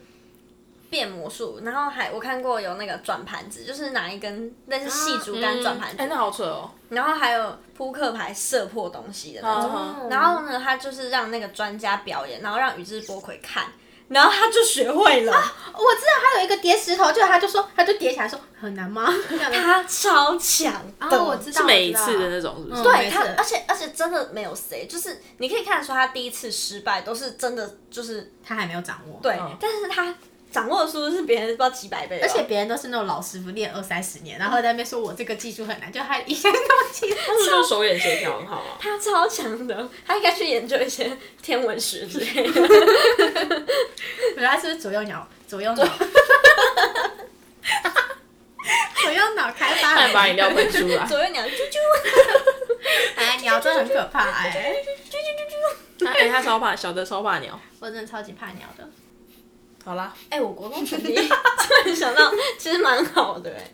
C: 变魔术，然后还我看过有那个转盘子，就是拿一根那是细竹竿转盘子，
A: 哎，那好扯哦。
C: 然后还有扑克牌射破东西的那种。
A: 嗯
C: 然后呢，他就是让那个专家表演，然后让宇智波葵看，然后他就学会了，
A: 啊
B: 我知道他有一个叠石头，就他就说他就叠起来说很难吗？这样子。
C: 他超强的。
B: 哦，我知道，
A: 是每一
B: 我知道
A: 啊次的那种，是不是？
B: 嗯
C: 对他
B: 没事，
C: 而且而且真的没有谁，就是你可以看得出他第一次失败都是真的，就是
B: 他还没有掌握。
C: 对，
A: 嗯
C: 但是他掌握的速度是别人不知道几百倍吧，
B: 而且别人都是那种老师傅练二三十年，然后在那边说我这个技术很难，就他一下弄起来。
A: 他是用手眼协调很好啊。
C: 他超强的，他应该去研究一些天文学之类的。
B: 我觉得他是不是左右脑左右脑？ (laughs) 左右脑
A: (laughs)
B: 开发
A: 差点把饮
B: 了。
A: 料喷出 (laughs) 来。
C: 左右鸟啾啾
B: (laughs) 哎，鸟真的很可怕哎、
C: 啾啾啾啾。
A: 他哎，他超怕，小的超怕鸟。
B: 我真的超级怕鸟的。
A: 好啦，
C: 哎、我国中成绩突然想到，其实蛮好的哎、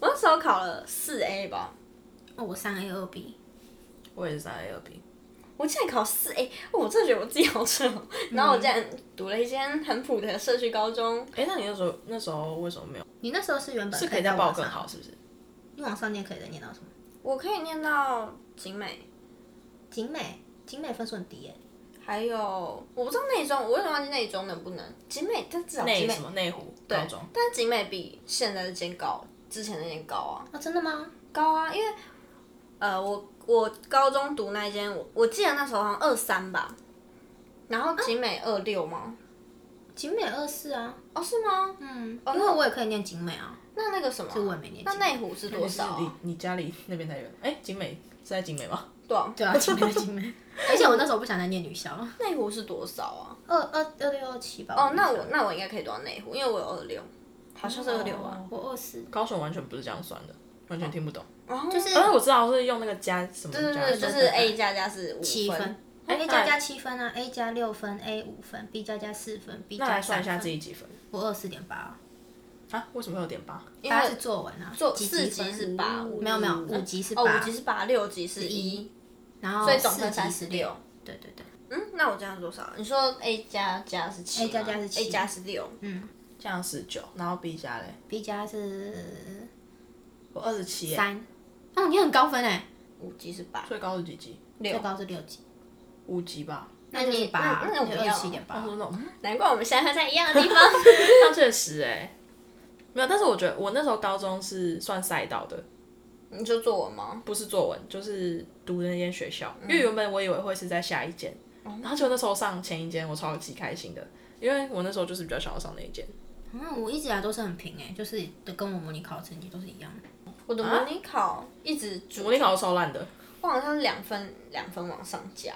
C: 我那时候考了四 A 吧，
B: (laughs) 哦，我三 A 二 B，
A: 我也是三 A 二 B。
C: 我竟然考四 A，我哦真的觉得我自己好扯哦。然后我竟然读了一间很普的社区高中，
A: 哎，那你那时候那时候为什么没有？
B: 你那时候是原本
A: 是可以
B: 以
A: 再报
B: 往
A: 更
B: 上，
A: 好，是不是？
B: 你往上念可以再念到什么？
C: 我可以念到景美，
B: 景美，景美分数很低耶、
C: 还有哎我不知道内中，我有点忘记内中能不能景美，但至少景
A: 内
C: 美
A: 什么内湖高中？
C: 但景美比现在这间高，之前那间高啊，
B: 哦，真的吗？
C: 高啊，因为呃，我我高中读那间，我我记得那时候好像二三吧，然后景美二六吗？
B: 景美二四啊，
C: 哦，是吗？
B: 嗯，因为我也可以念景美啊。
C: 那那个什么
B: 这我也没念
C: 那
B: 景美 (laughs)
C: 内湖是多
A: 你是
C: 少啊、
A: 离你家离那边太远。哎，景美是在景美吗？
C: 对啊，
B: 对啊，青梅青梅。而且我那时候不想再念女校，
C: 内湖是多少啊？
B: 二二二六二七吧。
C: 哦，那我那我应该可以读到内湖，因为我有二六，好像是二六啊
A: 哦。
B: 我二四，
A: 高雄完全不是这样算的，完全听不懂。
C: 就是
A: 而且我知道是用那个加什么
C: 对
A: 加
C: 对，
A: 什么，
C: 哦就是 A 加加是五
B: 七分
C: 分，。哎
B: A 加加七分啊，A 加六分，A 五分，B 加加四分，B
A: 那来
B: 加
A: 算
B: 三
A: 一下自
B: 分。
A: 己几分
B: 我二四点八，
A: 啊？为什么会有点八？
C: 因
B: 八
C: 为
B: 是作文啊，
C: 做
B: 几
C: 四
B: 级
C: 级
B: 分
C: 是八，
B: 没有没有，五级是八，
C: 哦，五级是八，六级是一，
B: 然后
C: 所以总
B: 四
C: 分
B: 级
C: 三
B: 是
C: 十
B: 六
C: 六。。
B: 对对对，
C: 嗯，那我这样多少？你说 A 加加是七
B: A 加加是七
C: ，A 加是六，
B: 嗯
A: 这样十九，然后 B 加嘞，
B: ，B 加是
A: 我二十七，
B: 三。哦，你很高分哎，
C: 五级是八，
A: 最高是几级？
B: 最
C: 六。
B: 高是六级，
A: 五级吧。
B: 那就是八，
C: 那那我不
B: 就
C: 要
B: 二七点
A: 他
B: 八。
A: 说那种，嗯
C: 难怪我们现在在一样的 (laughs) 地方。
A: 那确实哎、没有。但是我觉得我那时候高中是算赛道的，
C: 你就作文吗？
A: 不是作文，就是读的那间学校。因为原本我以为会是在下一间，然后就那时候上前一间，我超级开心的，因为我那时候就是比较想要上那一间。
B: 嗯，我一直以来都是很平哎，就是跟我模拟考成绩都是一样的。
C: 我的模拟啊考一直主
A: 我那考的超烂的，
C: 我好像是两分两分往上加。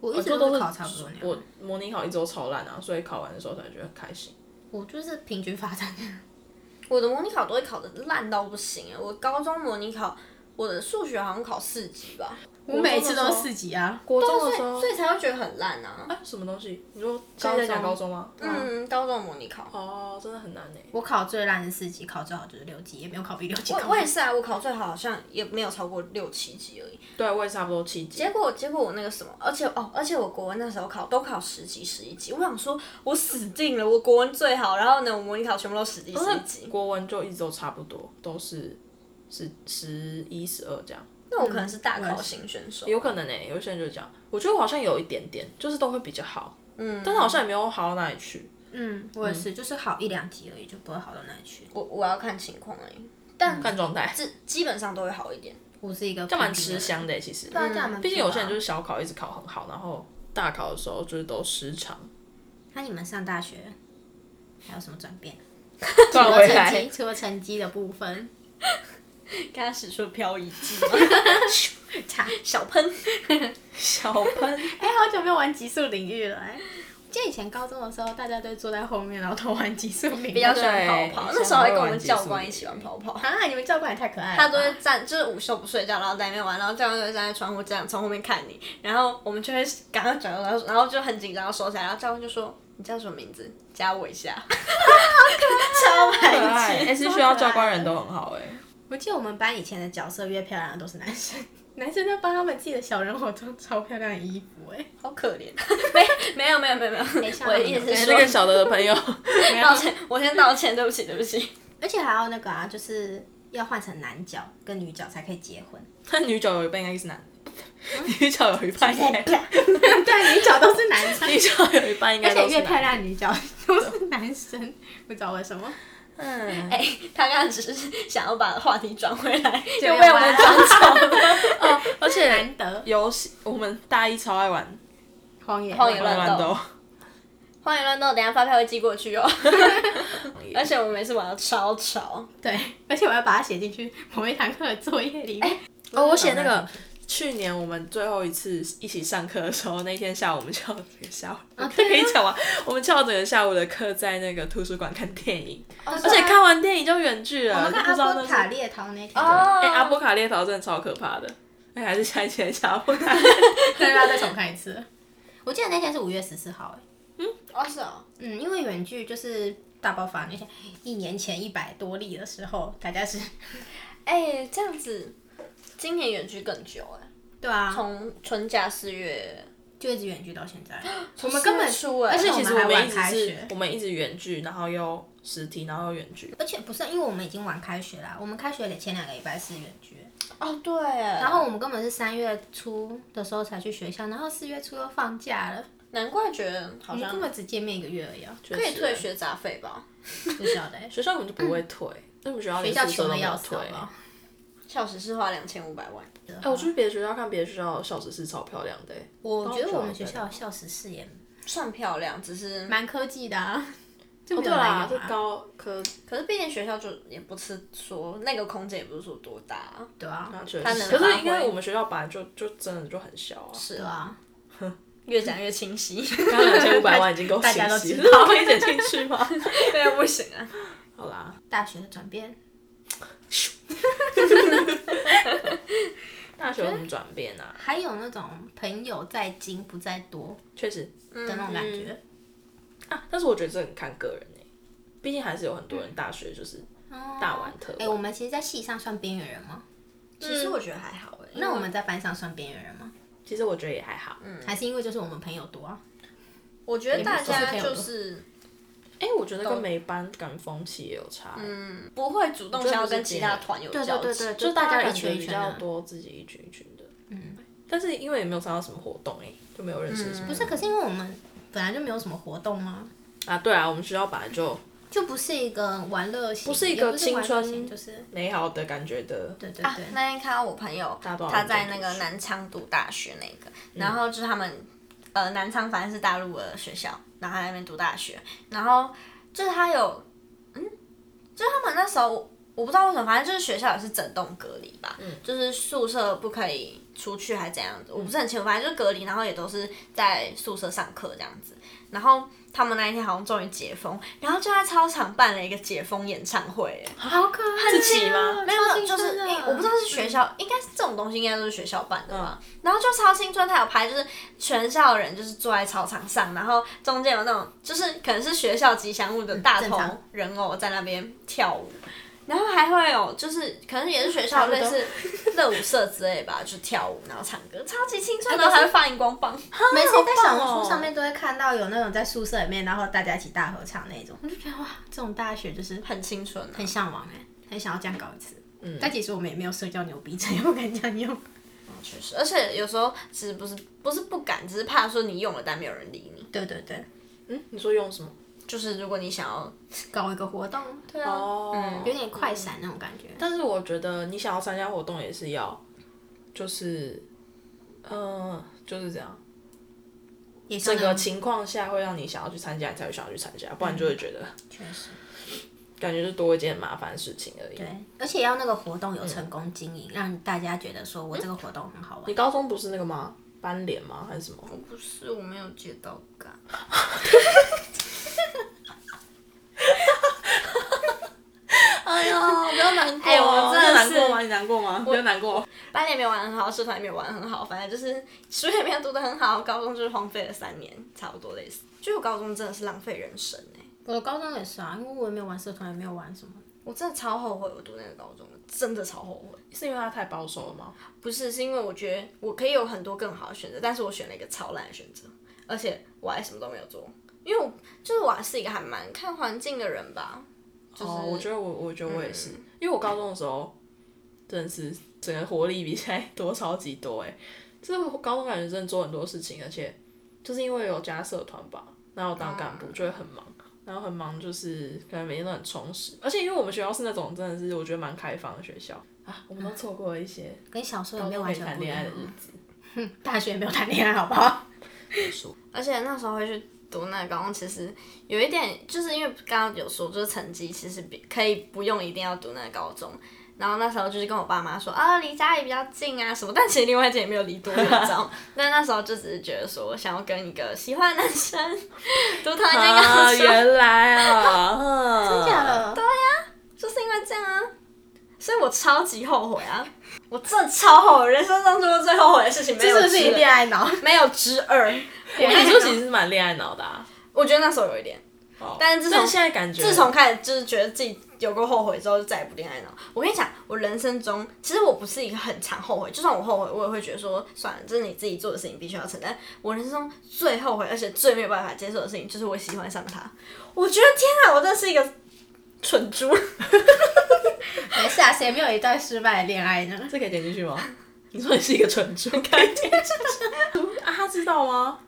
B: 我
C: 哦
B: 一
A: 我
B: 直
A: 就都
B: 是
A: 是
B: 考差不多那样。
A: 我模拟考一周超烂啊，所以考完的时候才觉得很开心。
B: 我就是平均发展，
C: 我的模拟考都会考的烂到不行哎！我高中模拟考，我的数学好像考四级吧，
B: 我每次都是四级啊。
A: 国中
C: 所
A: 的
C: 以
A: 时候
C: 所，以才会觉得很烂啊。
A: 哎，什么东西？你说现在在讲高中吗？嗯，
C: 嗯，高中模拟考，
A: 哦，真的很难哎。
B: 我考最烂是四级，考最好就是六级，也没有考比六级高。
C: 我也是啊，我考最好好像也没有超过六七级而已。
A: 对，啊我也差不多七级
C: 结。果结哎果我那个什么，而且哦，而且我国文那时候考都考十级十一级，我想说我死定了，我国文最好，然后呢，我模拟考全部都十级
A: 哦
C: 十一级，
A: 国文就一直都差不多，都是十十一、十二这样。
C: 那我可能是大
B: 我也
C: 考
B: 是
C: 型选手。
A: 有可能呢、欸有些人就是这样。我觉得我好像有一点点，就是都会比较好，嗯，但是好像也没有好到哪里去。
B: 嗯，我也是，就是好一两级而已，就不会好到哪里去。
C: 我我要看情况而已，
B: 嗯
C: 但
A: 看状态，
C: 这基本上都会好一点。
B: 我是一个
A: 这 (laughs) 蛮
B: 平均
A: 吃
B: 的
A: 香的、欸其实。
B: 人，对啊，这样蛮不错的啊
A: 毕竟有些人就是小考一直考很好，然后大考的时候就是都失常，
B: 那你们上大学还有什么转变？除
A: 转
B: 了
A: 回
B: 成
A: 来 (laughs)
B: 绩，。除了成绩的部分，
C: 刚刚使出漂移 (laughs) 技，
B: 差
C: 小喷。
A: (laughs) 小喷，
B: 哎、好久没有玩极速领域了、哎，我记得以前高中的时候，大家都坐在后面，然后偷玩极速领域。
C: 比较喜欢
A: 对
C: 跑
A: 以
C: 跑，
A: 前
C: 那时候还
A: 会
C: 跟我
A: 玩
C: 们
A: 极
C: 教
A: 速
C: 官
A: 旅
C: 一起玩
A: 行
C: 跑跑。
B: 啊！你们教官也太可爱了吧。
C: 他都会站，就是午休不睡觉，然后在那边玩，然后教官就会站在窗户这样从后面看你，然后我们就会赶快转头，然后然后就很紧张地收起来，然后教官就说你叫什么名字，加我一下，超
A: 可爱，哎、
B: (laughs)
C: 白痴。
A: 其实学校教官人都很好、哎，
B: 我记得我们班以前的角色越漂亮的都是男生， (laughs) 男生在帮他们自己的小人偶装超漂亮的衣服、哎，
C: 好可 (laughs) 怜，没没有没有没有没有，啊
B: 吓
C: 我
B: 到
C: 的
B: 你
C: 意
B: 了
C: 思
A: 哎
C: 是
A: 那个
C: 说，
A: 小的朋友， (laughs)
C: 道歉，我先道歉，对不起对不 (laughs) 起。
B: 而且还有那个啊，就是要换成男角跟女角才可以结
A: (laughs)
B: 婚。
A: 但女角有一半应该是男的， (laughs) 女角有一
B: (laughs)
A: 半应该，
B: 对，啊女角都是男生，
A: 女角有一半应
B: 而
A: 该
B: 且
A: 都
B: 越
A: 是男的。
B: 漂亮的女角都是男生，不知道为什么。
A: 嗯，
C: 哎、他刚刚只是想要把话题转回来，
B: 就
C: 就
A: 哎
C: 被我们转走了。
A: 哦，而且
B: 难得
A: (laughs) 游戏我们大一超爱玩
B: 荒野
C: 荒野
A: 玩
C: 乱
A: 乱
C: 斗
A: 斗，
C: 欢迎乱斗，等一下发票会寄过去 (laughs) 哦。而且我们每次玩的超吵，
B: 对，而且我要把它写进去某一堂课的作业里面。
A: 哦，我写那个去年我们最后一次一起上课的时候，那天下午我们翘整个下午，我可以讲完，我们翘整个下午的课在那个图书馆看电影，而
C: 啊
A: 且看完电影就远距了，
B: 我们看
A: 就不知道
B: 阿
A: 那
B: 波
A: 是
B: 卡列陶那天，
C: 哦
A: 哎、阿波卡列逃真的超可怕的，哎、还是下一期来讲阿波卡列。
B: 对，要再重看一次。我记得那天是五月十四号，哎，
C: 哦是哦，
B: 嗯，因为远距就是大爆发那天，一年前一百多例的时候，大
A: (laughs)
B: 家是，
C: 哎、这样子，今年远距更久哎、
B: 对啊，
C: 从春假四月，
B: 就一直远距到
A: (gasps)
B: 现在，我们根本
C: 四月初哎
B: 而且
C: 而且
B: 我
A: 欸 (laughs) 其实
B: 们还
A: 们
B: 晚
A: 一直
B: 开
A: 是
B: 学，，
A: 我们一直远距，然后又实体，然后又远距。
B: 而且不是因为我们已经晚开学啦，我们开学的前两个礼拜是远距，
C: 哦对，然
B: 然后我们根本是三月初的时候才去学校，然后四月初又放假了，
C: 难怪觉得
B: 我
C: 好
B: 们
C: 像
B: 根本只见面一个月而已、啊，
A: 可
C: 可以退学杂费吧，
B: 不晓得、欸。
A: 学校根本就不会退，因为我们学校
B: 学
A: 连
B: 校
A: 宿舍
B: 穷
A: 都
B: 的
A: 没有
B: 要啊死，
A: 退。
B: 好不好？
C: 校史是花两千五百万，
B: 啊
A: 哎、我去别的学校看别的学校的校址是超漂亮的、哎
B: 我觉得我们学校的校史室也
C: 算漂亮，只是
B: 蛮科技的、啊，就
A: 哦
B: 没
A: 对
B: 有人
A: 啦，
B: 用
A: 是
B: 啊
A: 高科，
C: 可是毕竟学校就也不是说那个空间也不是说多大、啊，
B: 对啊，
A: 确实
C: 他能
A: 可
C: 发
A: 是
C: 挥
A: 因为我们学校本来就就真的就很小啊，
C: 是
B: 对，啊，
C: 越讲越
B: (laughs)
C: 清晰，
A: 刚刚两千五百万已经够
B: 大家
A: 清
B: 都
A: 晰
B: 知
A: 了，我们一点进去吗？
C: 对啊，不行啊，
A: 好啦，
B: 大学的转变，
A: 大学有什么转变啊？
B: 还哎有那种朋友在精不在多
A: 确实
C: 的
B: 的那种感觉。
C: 嗯
A: 啊，但是我觉得这很看个人诶、毕竟还是有很多人大学就是大玩特
B: 哎、
A: 玩
B: 我们其实，在系上算边缘人吗？
C: 其实我觉得还好哎、
B: 欸那我们在班上算边缘人吗？
A: 其实我觉得也还好。嗯，
B: 还是因为就是我们朋友多啊？
C: 我觉得大
B: 也不
C: 家
B: 是朋友
C: 就是
A: 哎、我觉得跟每班感觉风气也有差、欸
C: 嗯不会主动想要跟其他团有
B: 对
C: 交
B: 对
C: 集，
B: 对对，
A: 就
B: 大家
A: 感
B: 一
A: 觉
B: 圈一
A: 比
B: 圈
A: 较
B: 的。
A: 多，自己一群一群的。嗯，但是因为也没有参加什么活动哎、就没有认识什么、
B: 不是，可是因为我们本来就没有什么活动啊，
A: 啊，对啊，我们学校本来就
B: 就不是一个玩乐型，不
A: 是一个青春
B: 就是
A: 美好的感觉的。
B: 对对
C: 啊
B: 对，，
C: 那天看到我朋友，
A: 多少
C: 他在
A: 人
C: 那
A: 读
C: 个
A: 书
C: 南昌读大学那个，然后就是他们，呃，南昌反正是大陆的学校，然后他在那边读大学，然后就是他有，嗯，就是他们那时候我不知道为什么，反正就是学校也是整栋隔离吧，就是宿舍不可以出去还怎样子，我不是很清楚，反正就隔离，然后也都是在宿舍上课这样子，然后。他们那一天好像终于解封，然后就在操场办了一个解封演唱会，哎，
A: 啊
B: 好可爱
A: 自己
B: 啊
A: 吗
C: 没有，就是
B: 因
C: 因我不知道是学
B: 哎
C: 校，应该是这种东西应该都是学校办的
B: 嗯
C: 吧。然后就超青春，它有拍，就是全校人就是坐在操场上，然后中间有那种就是可能是学校吉祥物的
B: 嗯
C: 大
B: 正
C: 头
B: 常
C: 人偶在那边跳舞，然后还会有就是可能也是学校类似热舞社之类吧，就跳舞然后唱歌，超级青
B: 哎
C: 春，然后还会放荧光棒。
B: 每次在小
A: 好棒
B: 红
A: 哦
B: 书上面都会看到有那种在宿舍里面，然后大家一起大合唱那种，我就觉得哇，这种大学就是
C: 很青春、啊，
B: 很向往哎、很想要这样搞一次。嗯，但其实我们也没有社交牛逼症， (laughs) 不敢这样用。
C: 确实，而且有时候其实不是不是不敢，只是怕说你用了但没有人理你。
B: 对对对，
A: 嗯，你说用什么？
C: 就是如果你想要，嗯
B: 搞一个活动，对啊，
A: 哦、
B: 有点快闪那种感觉。
A: 但是我觉得你想要参加活动也是要，就是，呃，就是这样。
B: 也
A: 整
B: 是
A: 个情况下会让你想要去参加，你才会想要去参加，不然就会觉得
B: 确实，
A: 感觉就多一件麻烦的事情而已。
B: 对，而且要那个活
A: 嗯
B: 动有成功经营，让大家觉得说我这个活动很好玩
A: 你。高中不是那个吗？班联吗？还是什么？
C: 不是我没有接到感。
A: (laughs) 哎呀，不要难过哦
C: 哎我真的是
A: 你有难过吗？你难过吗？我有难过。
C: 班里没有玩得很好，社团也没有玩得很好，反正就是书也没有读得很好，高中就是荒废了三年，差不多类似。就我高中真的是浪费人生哎、
B: 我的高中也是啊，因为我也没有玩社团，也没有玩什么。
C: 我真的超后悔我读那个高中，真的超后悔。
A: 是因为他太保守了吗？
C: 不是，是因为我觉得我可以有很多更好的选择，但是我选了一个超烂的选择，而且我还什么都没有做，因为我就是我还是一个还蛮看环境的人吧。就是、
A: 哦，我觉得我，我觉得我也是，因为我高中的时候真的是整个活力比现在多超级多哎、就是我高中感觉真的做很多事情，而且就是因为有加社团吧，然后当干部就会很忙，然后很忙就是可能每天都很充实，而且因为我们学校是那种真的是我觉得蛮开放的学校啊，我们都错过了一
B: (laughs)
A: 些
B: 跟小时候也
A: 高
B: 没
A: 中可
B: 有完
A: 以
B: 全
A: 谈
B: 不一
A: 恋
B: 样
A: 爱的日子。
B: 大学也没有谈恋爱，好不好？
C: 而且那时候会去读那个高中，其实有一点，就是因为刚刚有说，就是成绩其实比可以不用一定要读那个高中。然后那时候就是跟我爸妈说啊，离家里比较近啊什么，但其实另外一件也没有离多远，你知道吗？ (laughs) 但那时候就只是觉得说，想要跟一个喜欢的男生 (laughs) 读同一间高 (laughs)
A: 啊，
C: 中，
A: 原来啊，真
B: 假？的？
C: 就是因为这样啊，所以我超级后悔啊，我真的超后悔，人生中做过最后悔的事情没有
B: 这是不是
C: 之
B: 你恋哦爱
A: (laughs)
B: 脑？
C: 没有之二，
A: 哎，你说其实是蛮恋爱脑的、啊，
C: 我觉得那时候有一点。
A: 哦
C: 但是自从
A: 但现在感觉
C: 自从开始就是觉得自己有过后悔之后，就再也不恋爱脑。我跟你讲，我人生中其实我不是一个很常后悔，就算我后悔，我也会觉得说算了，这是你自己做的事情，必须要承担。我人生中最后悔，而且最没有办法接受的事情，就是我喜欢上他。我觉得天啊，我真的是一个蠢猪。
B: 没事啊，谁没有一段失败的恋爱呢？
A: 这可以点进去吗？ (laughs) 你说你是一个蠢猪，可以点进去啊？他知道吗？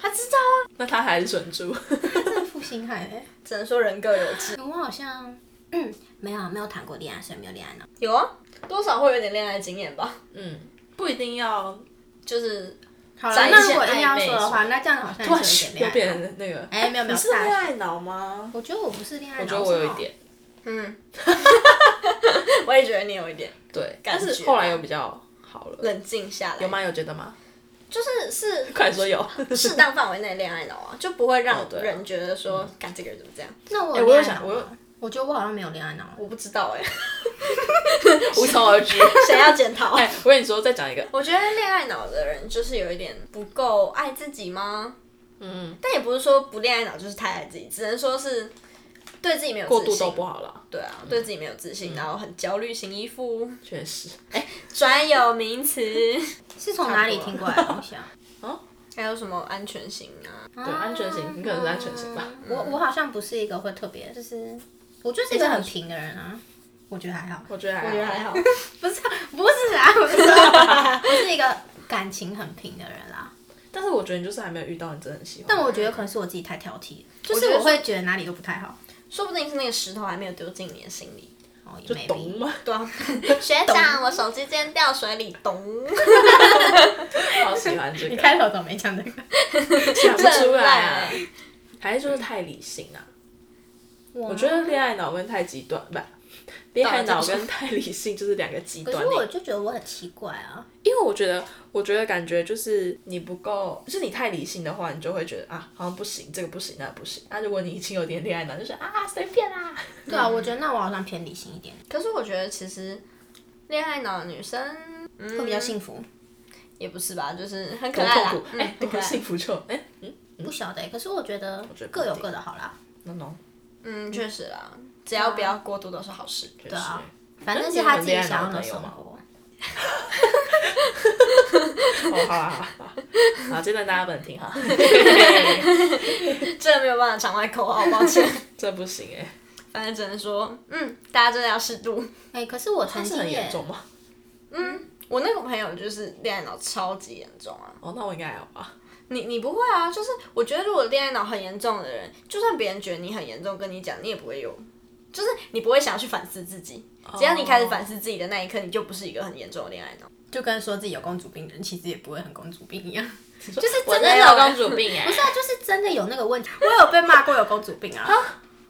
C: 他知道啊，
A: 那他还是蠢猪。
B: 这负心汉哎、
C: 只能说人各有志。
B: 我好像 (clears throat) 嗯没有没有谈过恋爱，所以没有恋爱脑。
C: 有啊，多少会有点恋爱经验吧，
A: 嗯，不一定要
C: 就是
B: 好了，
C: 展
B: 那
C: 现
B: 如果硬
C: 暧
B: 要
C: 昧
B: 说的话，那这样好像也是有
A: 又
B: 点恋爱
A: 变
B: 脑。
A: 成那个。
B: 哎，没有没
A: (laughs) 你
B: 有，
A: 是恋
B: 大
A: 爱脑吗？
B: 我觉得我不是恋爱脑，
A: 我觉得我有一点，
C: 嗯，我也觉得你有一点
A: 对，
C: 感
A: 但
C: 觉
A: 是后来又比较好了。
C: 冷静下来，
A: 有？吗？有觉得吗？ (laughs)
C: 就是是
A: 快说有。
C: 适当范围内恋爱脑啊，就不会
A: 哦
C: 让
A: 对啊
C: 人觉得说，干、这个人怎么这样？
B: 那我
A: 哎
B: 有
A: 我有
B: 恋爱
A: 想
B: 脑
A: 我有
B: 吗我觉得我好像没有恋爱脑，
C: 我不知
A: (laughs)
C: 道哎、
A: 无从而知。
C: 谁要检讨？
A: 哎、我跟你说，再讲一个，
C: 我觉得恋爱脑的人就是有一点不够爱自己吗？
A: 嗯，
C: 但也不是说不恋爱脑就是太爱自己，只能说是对自己没有
A: 过
C: 自
A: 度
C: 信
A: 都不好嗯了，
C: 对啊，对自己没有自信，然后很焦虑型依附，
A: 确实。
C: 专有
A: (laughs)
C: 名词，
B: 是从哪里听过来的东西啊？
C: 还有什么安全型啊？
A: 哦对，安全型，你可能是安全型吧。
B: 嗯我我好像不是一个会特别，就是我就是一个很平的人啊。我觉得还好，
A: 我觉得还好
C: 我觉得还好，
B: 不是不是啊，我是
A: (laughs)
B: 说我是一个感情很平的人啦。
A: 但是我觉得你就是还没有遇到你真的很喜欢。
B: 但我觉得可能是我自己太挑剔了，就是
C: 我觉得
B: 我会觉得哪里都不太好。
C: 说不定是那个石头还没有丢进你的心里。
B: 哦，也没
A: 懂吗？
C: 对啊， (laughs) 学长，我手机今天掉水里， (laughs) 咚，
A: (laughs) 好喜欢这
B: 你
A: 个，
B: 开头怎么没讲这个？
A: 想不出来啊
C: 真烂，
A: (laughs) 还是就是太理性啊。
B: 我
A: 我觉得恋爱脑跟太极端不。恋爱脑跟太理性就是两个极
B: 可
A: 端
B: 是
A: 欸，
B: 我就觉得我很奇怪啊。
A: 因为我觉得，我觉得感觉就是你不够，就是你太理性的话，你就会觉得啊，好像不行，这个不行，那个不行。那、如果你已经有点恋爱脑，就是啊，随便啦、
B: 对啊，我觉得那我好像偏理性一点，
C: 可是我觉得其实恋爱脑的女生，嗯，
B: 会比较幸福。
C: 也不是吧，就是很可
A: 多
C: 爱
A: 痛
C: 啦
A: 苦，，哎、
C: 嗯，很可
A: 多
C: 爱
A: 幸，福就哎、嗯
B: 不晓得欸，可是我觉得
A: 觉得不一
B: 各
A: 定
B: 有各的好啦。
A: ，no no，
C: 嗯，确实啦，只要不要过度都是好事。
A: 确
B: 对
A: 实
B: 啊，反正是他自己想要的生
A: 那你有
B: 活。
A: 哦，好啊好啊好啊，好，这段大家不能听哈，
C: 这个没有办法场外口号，抱歉。 (laughs)
A: 这不行哎、
C: 反正只能说，嗯，大家真的要适度。
B: 哎，可是我曾
A: 它是
B: 经
A: 很
B: 也
A: 严重吗？
C: 我那个朋友就是恋爱脑超级严重啊，
A: 哦，那我应该还好吧？
C: 你你不会啊？就是我觉得如果恋爱脑很严重的人，就算别人觉得你很严重跟你讲，你也不会有，就是你不会想要去反思自己。只要你开始反思自己的那一刻，你就不是一个很严重的恋爱脑。
B: 就跟说自己有公主病的人，其实也不会很公主病一样。 (laughs)
A: 就是
B: 真的
A: 我真的
B: 有
A: 有公主病哎、
B: 不是啊，就是真的有那个问题。我有被骂过有公主病啊，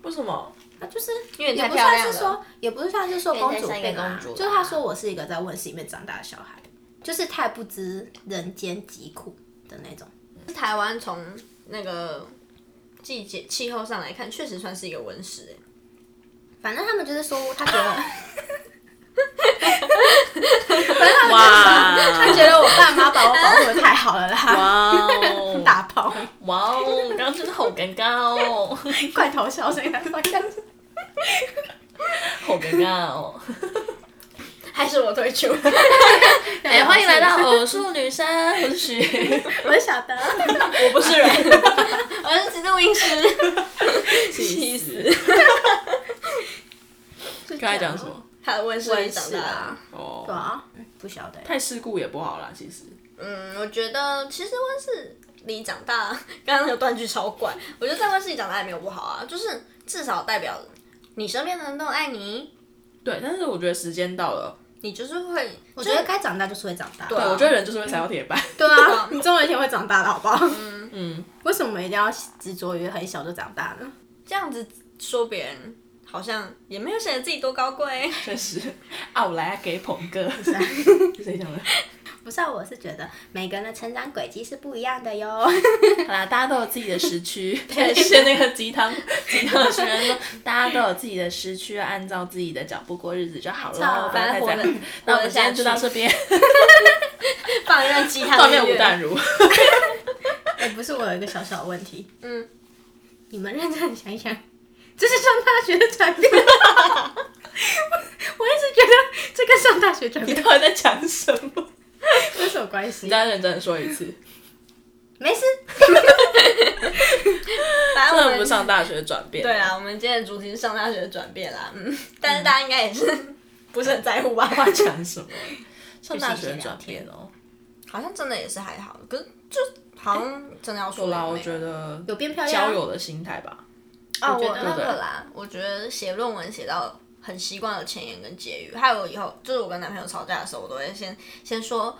A: 为什么？
B: 啊就是
C: 因为你
B: 也
C: 太
B: 不
C: 漂亮
B: 算
C: 了。
B: 是说，也不是算是说公主
C: 也
B: 病
C: 在像一
B: 啊
C: 个公主，吧
B: 就是他说我是一个在温室里面长大的小孩，就是太不知人间疾苦的那种。
C: 台湾从那个季节气候上来看，确实算是一个温室、欸。
B: 反正他们就是说，他觉得 (laughs)
A: 哇
B: 他觉得我爸妈把我保护的太好了啦，
A: 哇哦
B: 打炮， (laughs)
A: 哇哦，刚刚真的好尴尬哦，
B: 罐头笑声， (laughs)
A: 好尴尬哦。
C: 还是我退出。 (laughs)
A: 哎、欢迎来到偶数女生，我是许，
B: (laughs) 我是 (laughs) 小德，
A: 我不是人，
C: 我是极度音师。 (laughs)
A: 气死！刚才讲什？么？
C: 还有温室里长大的。
B: 对
A: 哦，
B: 啊，不晓得。
A: 太世故也不好啦，其实。
C: 嗯，我觉得其实温室里长大， (laughs) 刚刚那个断句超怪。我觉得在温室里长大也没有不好啊，就是至少代表你身边的人都爱你，
A: 对，但是我觉得时间到了，
C: 你就是会，
B: 我觉得该长大就是会长大。对啊
A: 对我觉得人就是会踩到铁板。
B: 对啊，你总有一天会长大的，好不好？
A: 嗯，
B: 为什么一定要执着于很小就长大呢？
C: 这样子说别人，好像也没有显得自己多高贵。
A: 确实。啊，我来给捧 (laughs) 哥，谁讲的？
B: 不是、啊，我是觉得每个人的成长轨迹是不一样的哟。
A: 好啦，大家都有自己的时 (laughs) 区，感谢那个鸡汤鸡汤的学员说， (laughs) 大家都有自己的时区，要按照自己的脚步过日子就好了，不要太
C: 反正
A: 在
C: 活得
A: 乎。那我
C: 活得
A: 们今
C: 下
A: 天就到
C: 去
A: 这 (laughs) 边，
C: (laughs) 放一段鸡汤
A: 上
C: 音
A: 面
C: 乐
A: 吴淡如，
B: (laughs) 哎、不是，我有一个小小问题，
C: 嗯，
B: 你们认真地想一想，这是上大学的转变。我 (laughs) 我一直觉得这跟上大学转
A: (laughs)
B: (laughs)
A: 你
B: 变
A: 到底在讲什么？
B: 有什么关系
A: (laughs) 你？再认真地说一次，
B: 没
C: (laughs)
B: 事，
C: 反
A: 真
C: 正我
A: 的
C: 们
A: 不上大学转变。
C: 对啊，我们今天的主题是上大学的转变啦，嗯，但是大家应该也是 (laughs) 不是很在乎吧？
A: 话讲什 (laughs) 么？上大学转变哦。
C: 好像真的也是还好，可是就好像真的要说
A: 对
C: 也没
A: 啦，
C: 有，
A: 我觉得
B: 有变漂亮啊
A: 交友的心态吧。
C: 啊，
B: 我觉
C: 我
B: 得
C: 那
A: 对
C: 个啦，我觉得写论文写到很习惯了前言跟结语，还有以后就是我跟男朋友吵架的时候，我都会先先说，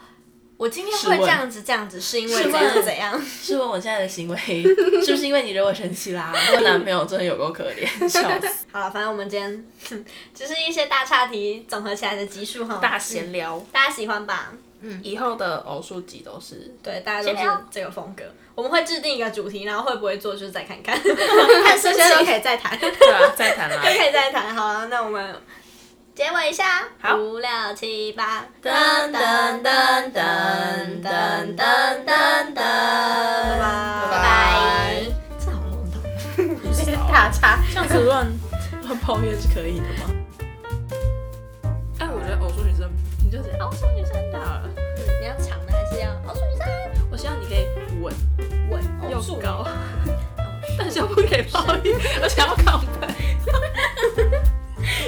C: 我今天
A: 试
C: 会
A: 问
C: 这样子这样子，是因为
A: 试
C: 怎
A: 问
C: 样怎样？
A: 试问我现在的行为 (laughs) 是不是因为你惹我生气啦？我男朋友真的有够可怜，笑 (laughs) 死！
C: 好了，反正我们今天 (laughs) 就是一些大岔题总合起来的集数哈，
A: 大闲聊，
C: 大家喜欢吧？
A: 以后的偶数集都是
C: 对，大家都
A: 闲
C: 是
A: 聊
C: 这个风格。我们会制定一个主题，然后会不会做，就是再看看，
B: 看
C: 看
B: 生
C: 生
B: 气
C: 气
B: 都
C: 都
B: 可
C: 可
B: 以再谈。
A: 对啊，再谈啦。
C: 以再谈。好了，那我们结尾一下，五六七八，噔噔噔噔噔噔噔噔，拜拜
B: 拜拜，
C: 这好弄懂。
B: 大 (laughs) 叉。
A: 这样子乱乱抱怨是可以的吗？哎，我觉得偶数女生，你就直接偶数女生到了。
C: 你要长的还是要？哦，女生
A: 我希望你可以稳
C: 稳
A: 又高，但是又不可以抱
C: (laughs)
A: 怨，而且要抗本。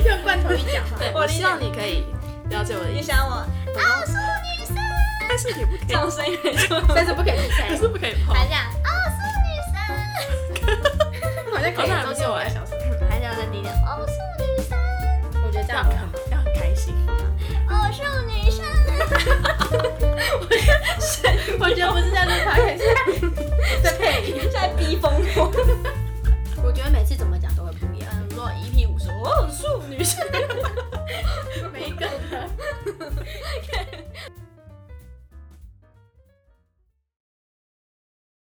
C: 用罐头去讲话。
A: 对，我希望你可以了解我的意
C: 你
A: 思，
C: 想我奥数女生，
A: 但是也不可以，
C: 这种声音
A: (laughs)
C: 没错。
B: 但是不可以比赛
A: 还，是不可以抱
C: 还
A: 怨。
C: 想奥数 (laughs)
B: 好像可
A: 好
B: 以
A: 像还不
B: 中间
A: 错
B: 我
A: 哎
B: 的小声。
C: 女生，还想再低点奥数女生，
B: 我觉得这
A: 要
B: 样
A: 很要很开心，
C: 奥数哦女生。 (laughs)
B: 我觉得不是在录 (laughs) podcast，在 (laughs) 配音。
C: 在逼疯我。
B: 我觉得每次怎么讲都会不一样。
C: 嗯，如果 EP 五十，我很素女生。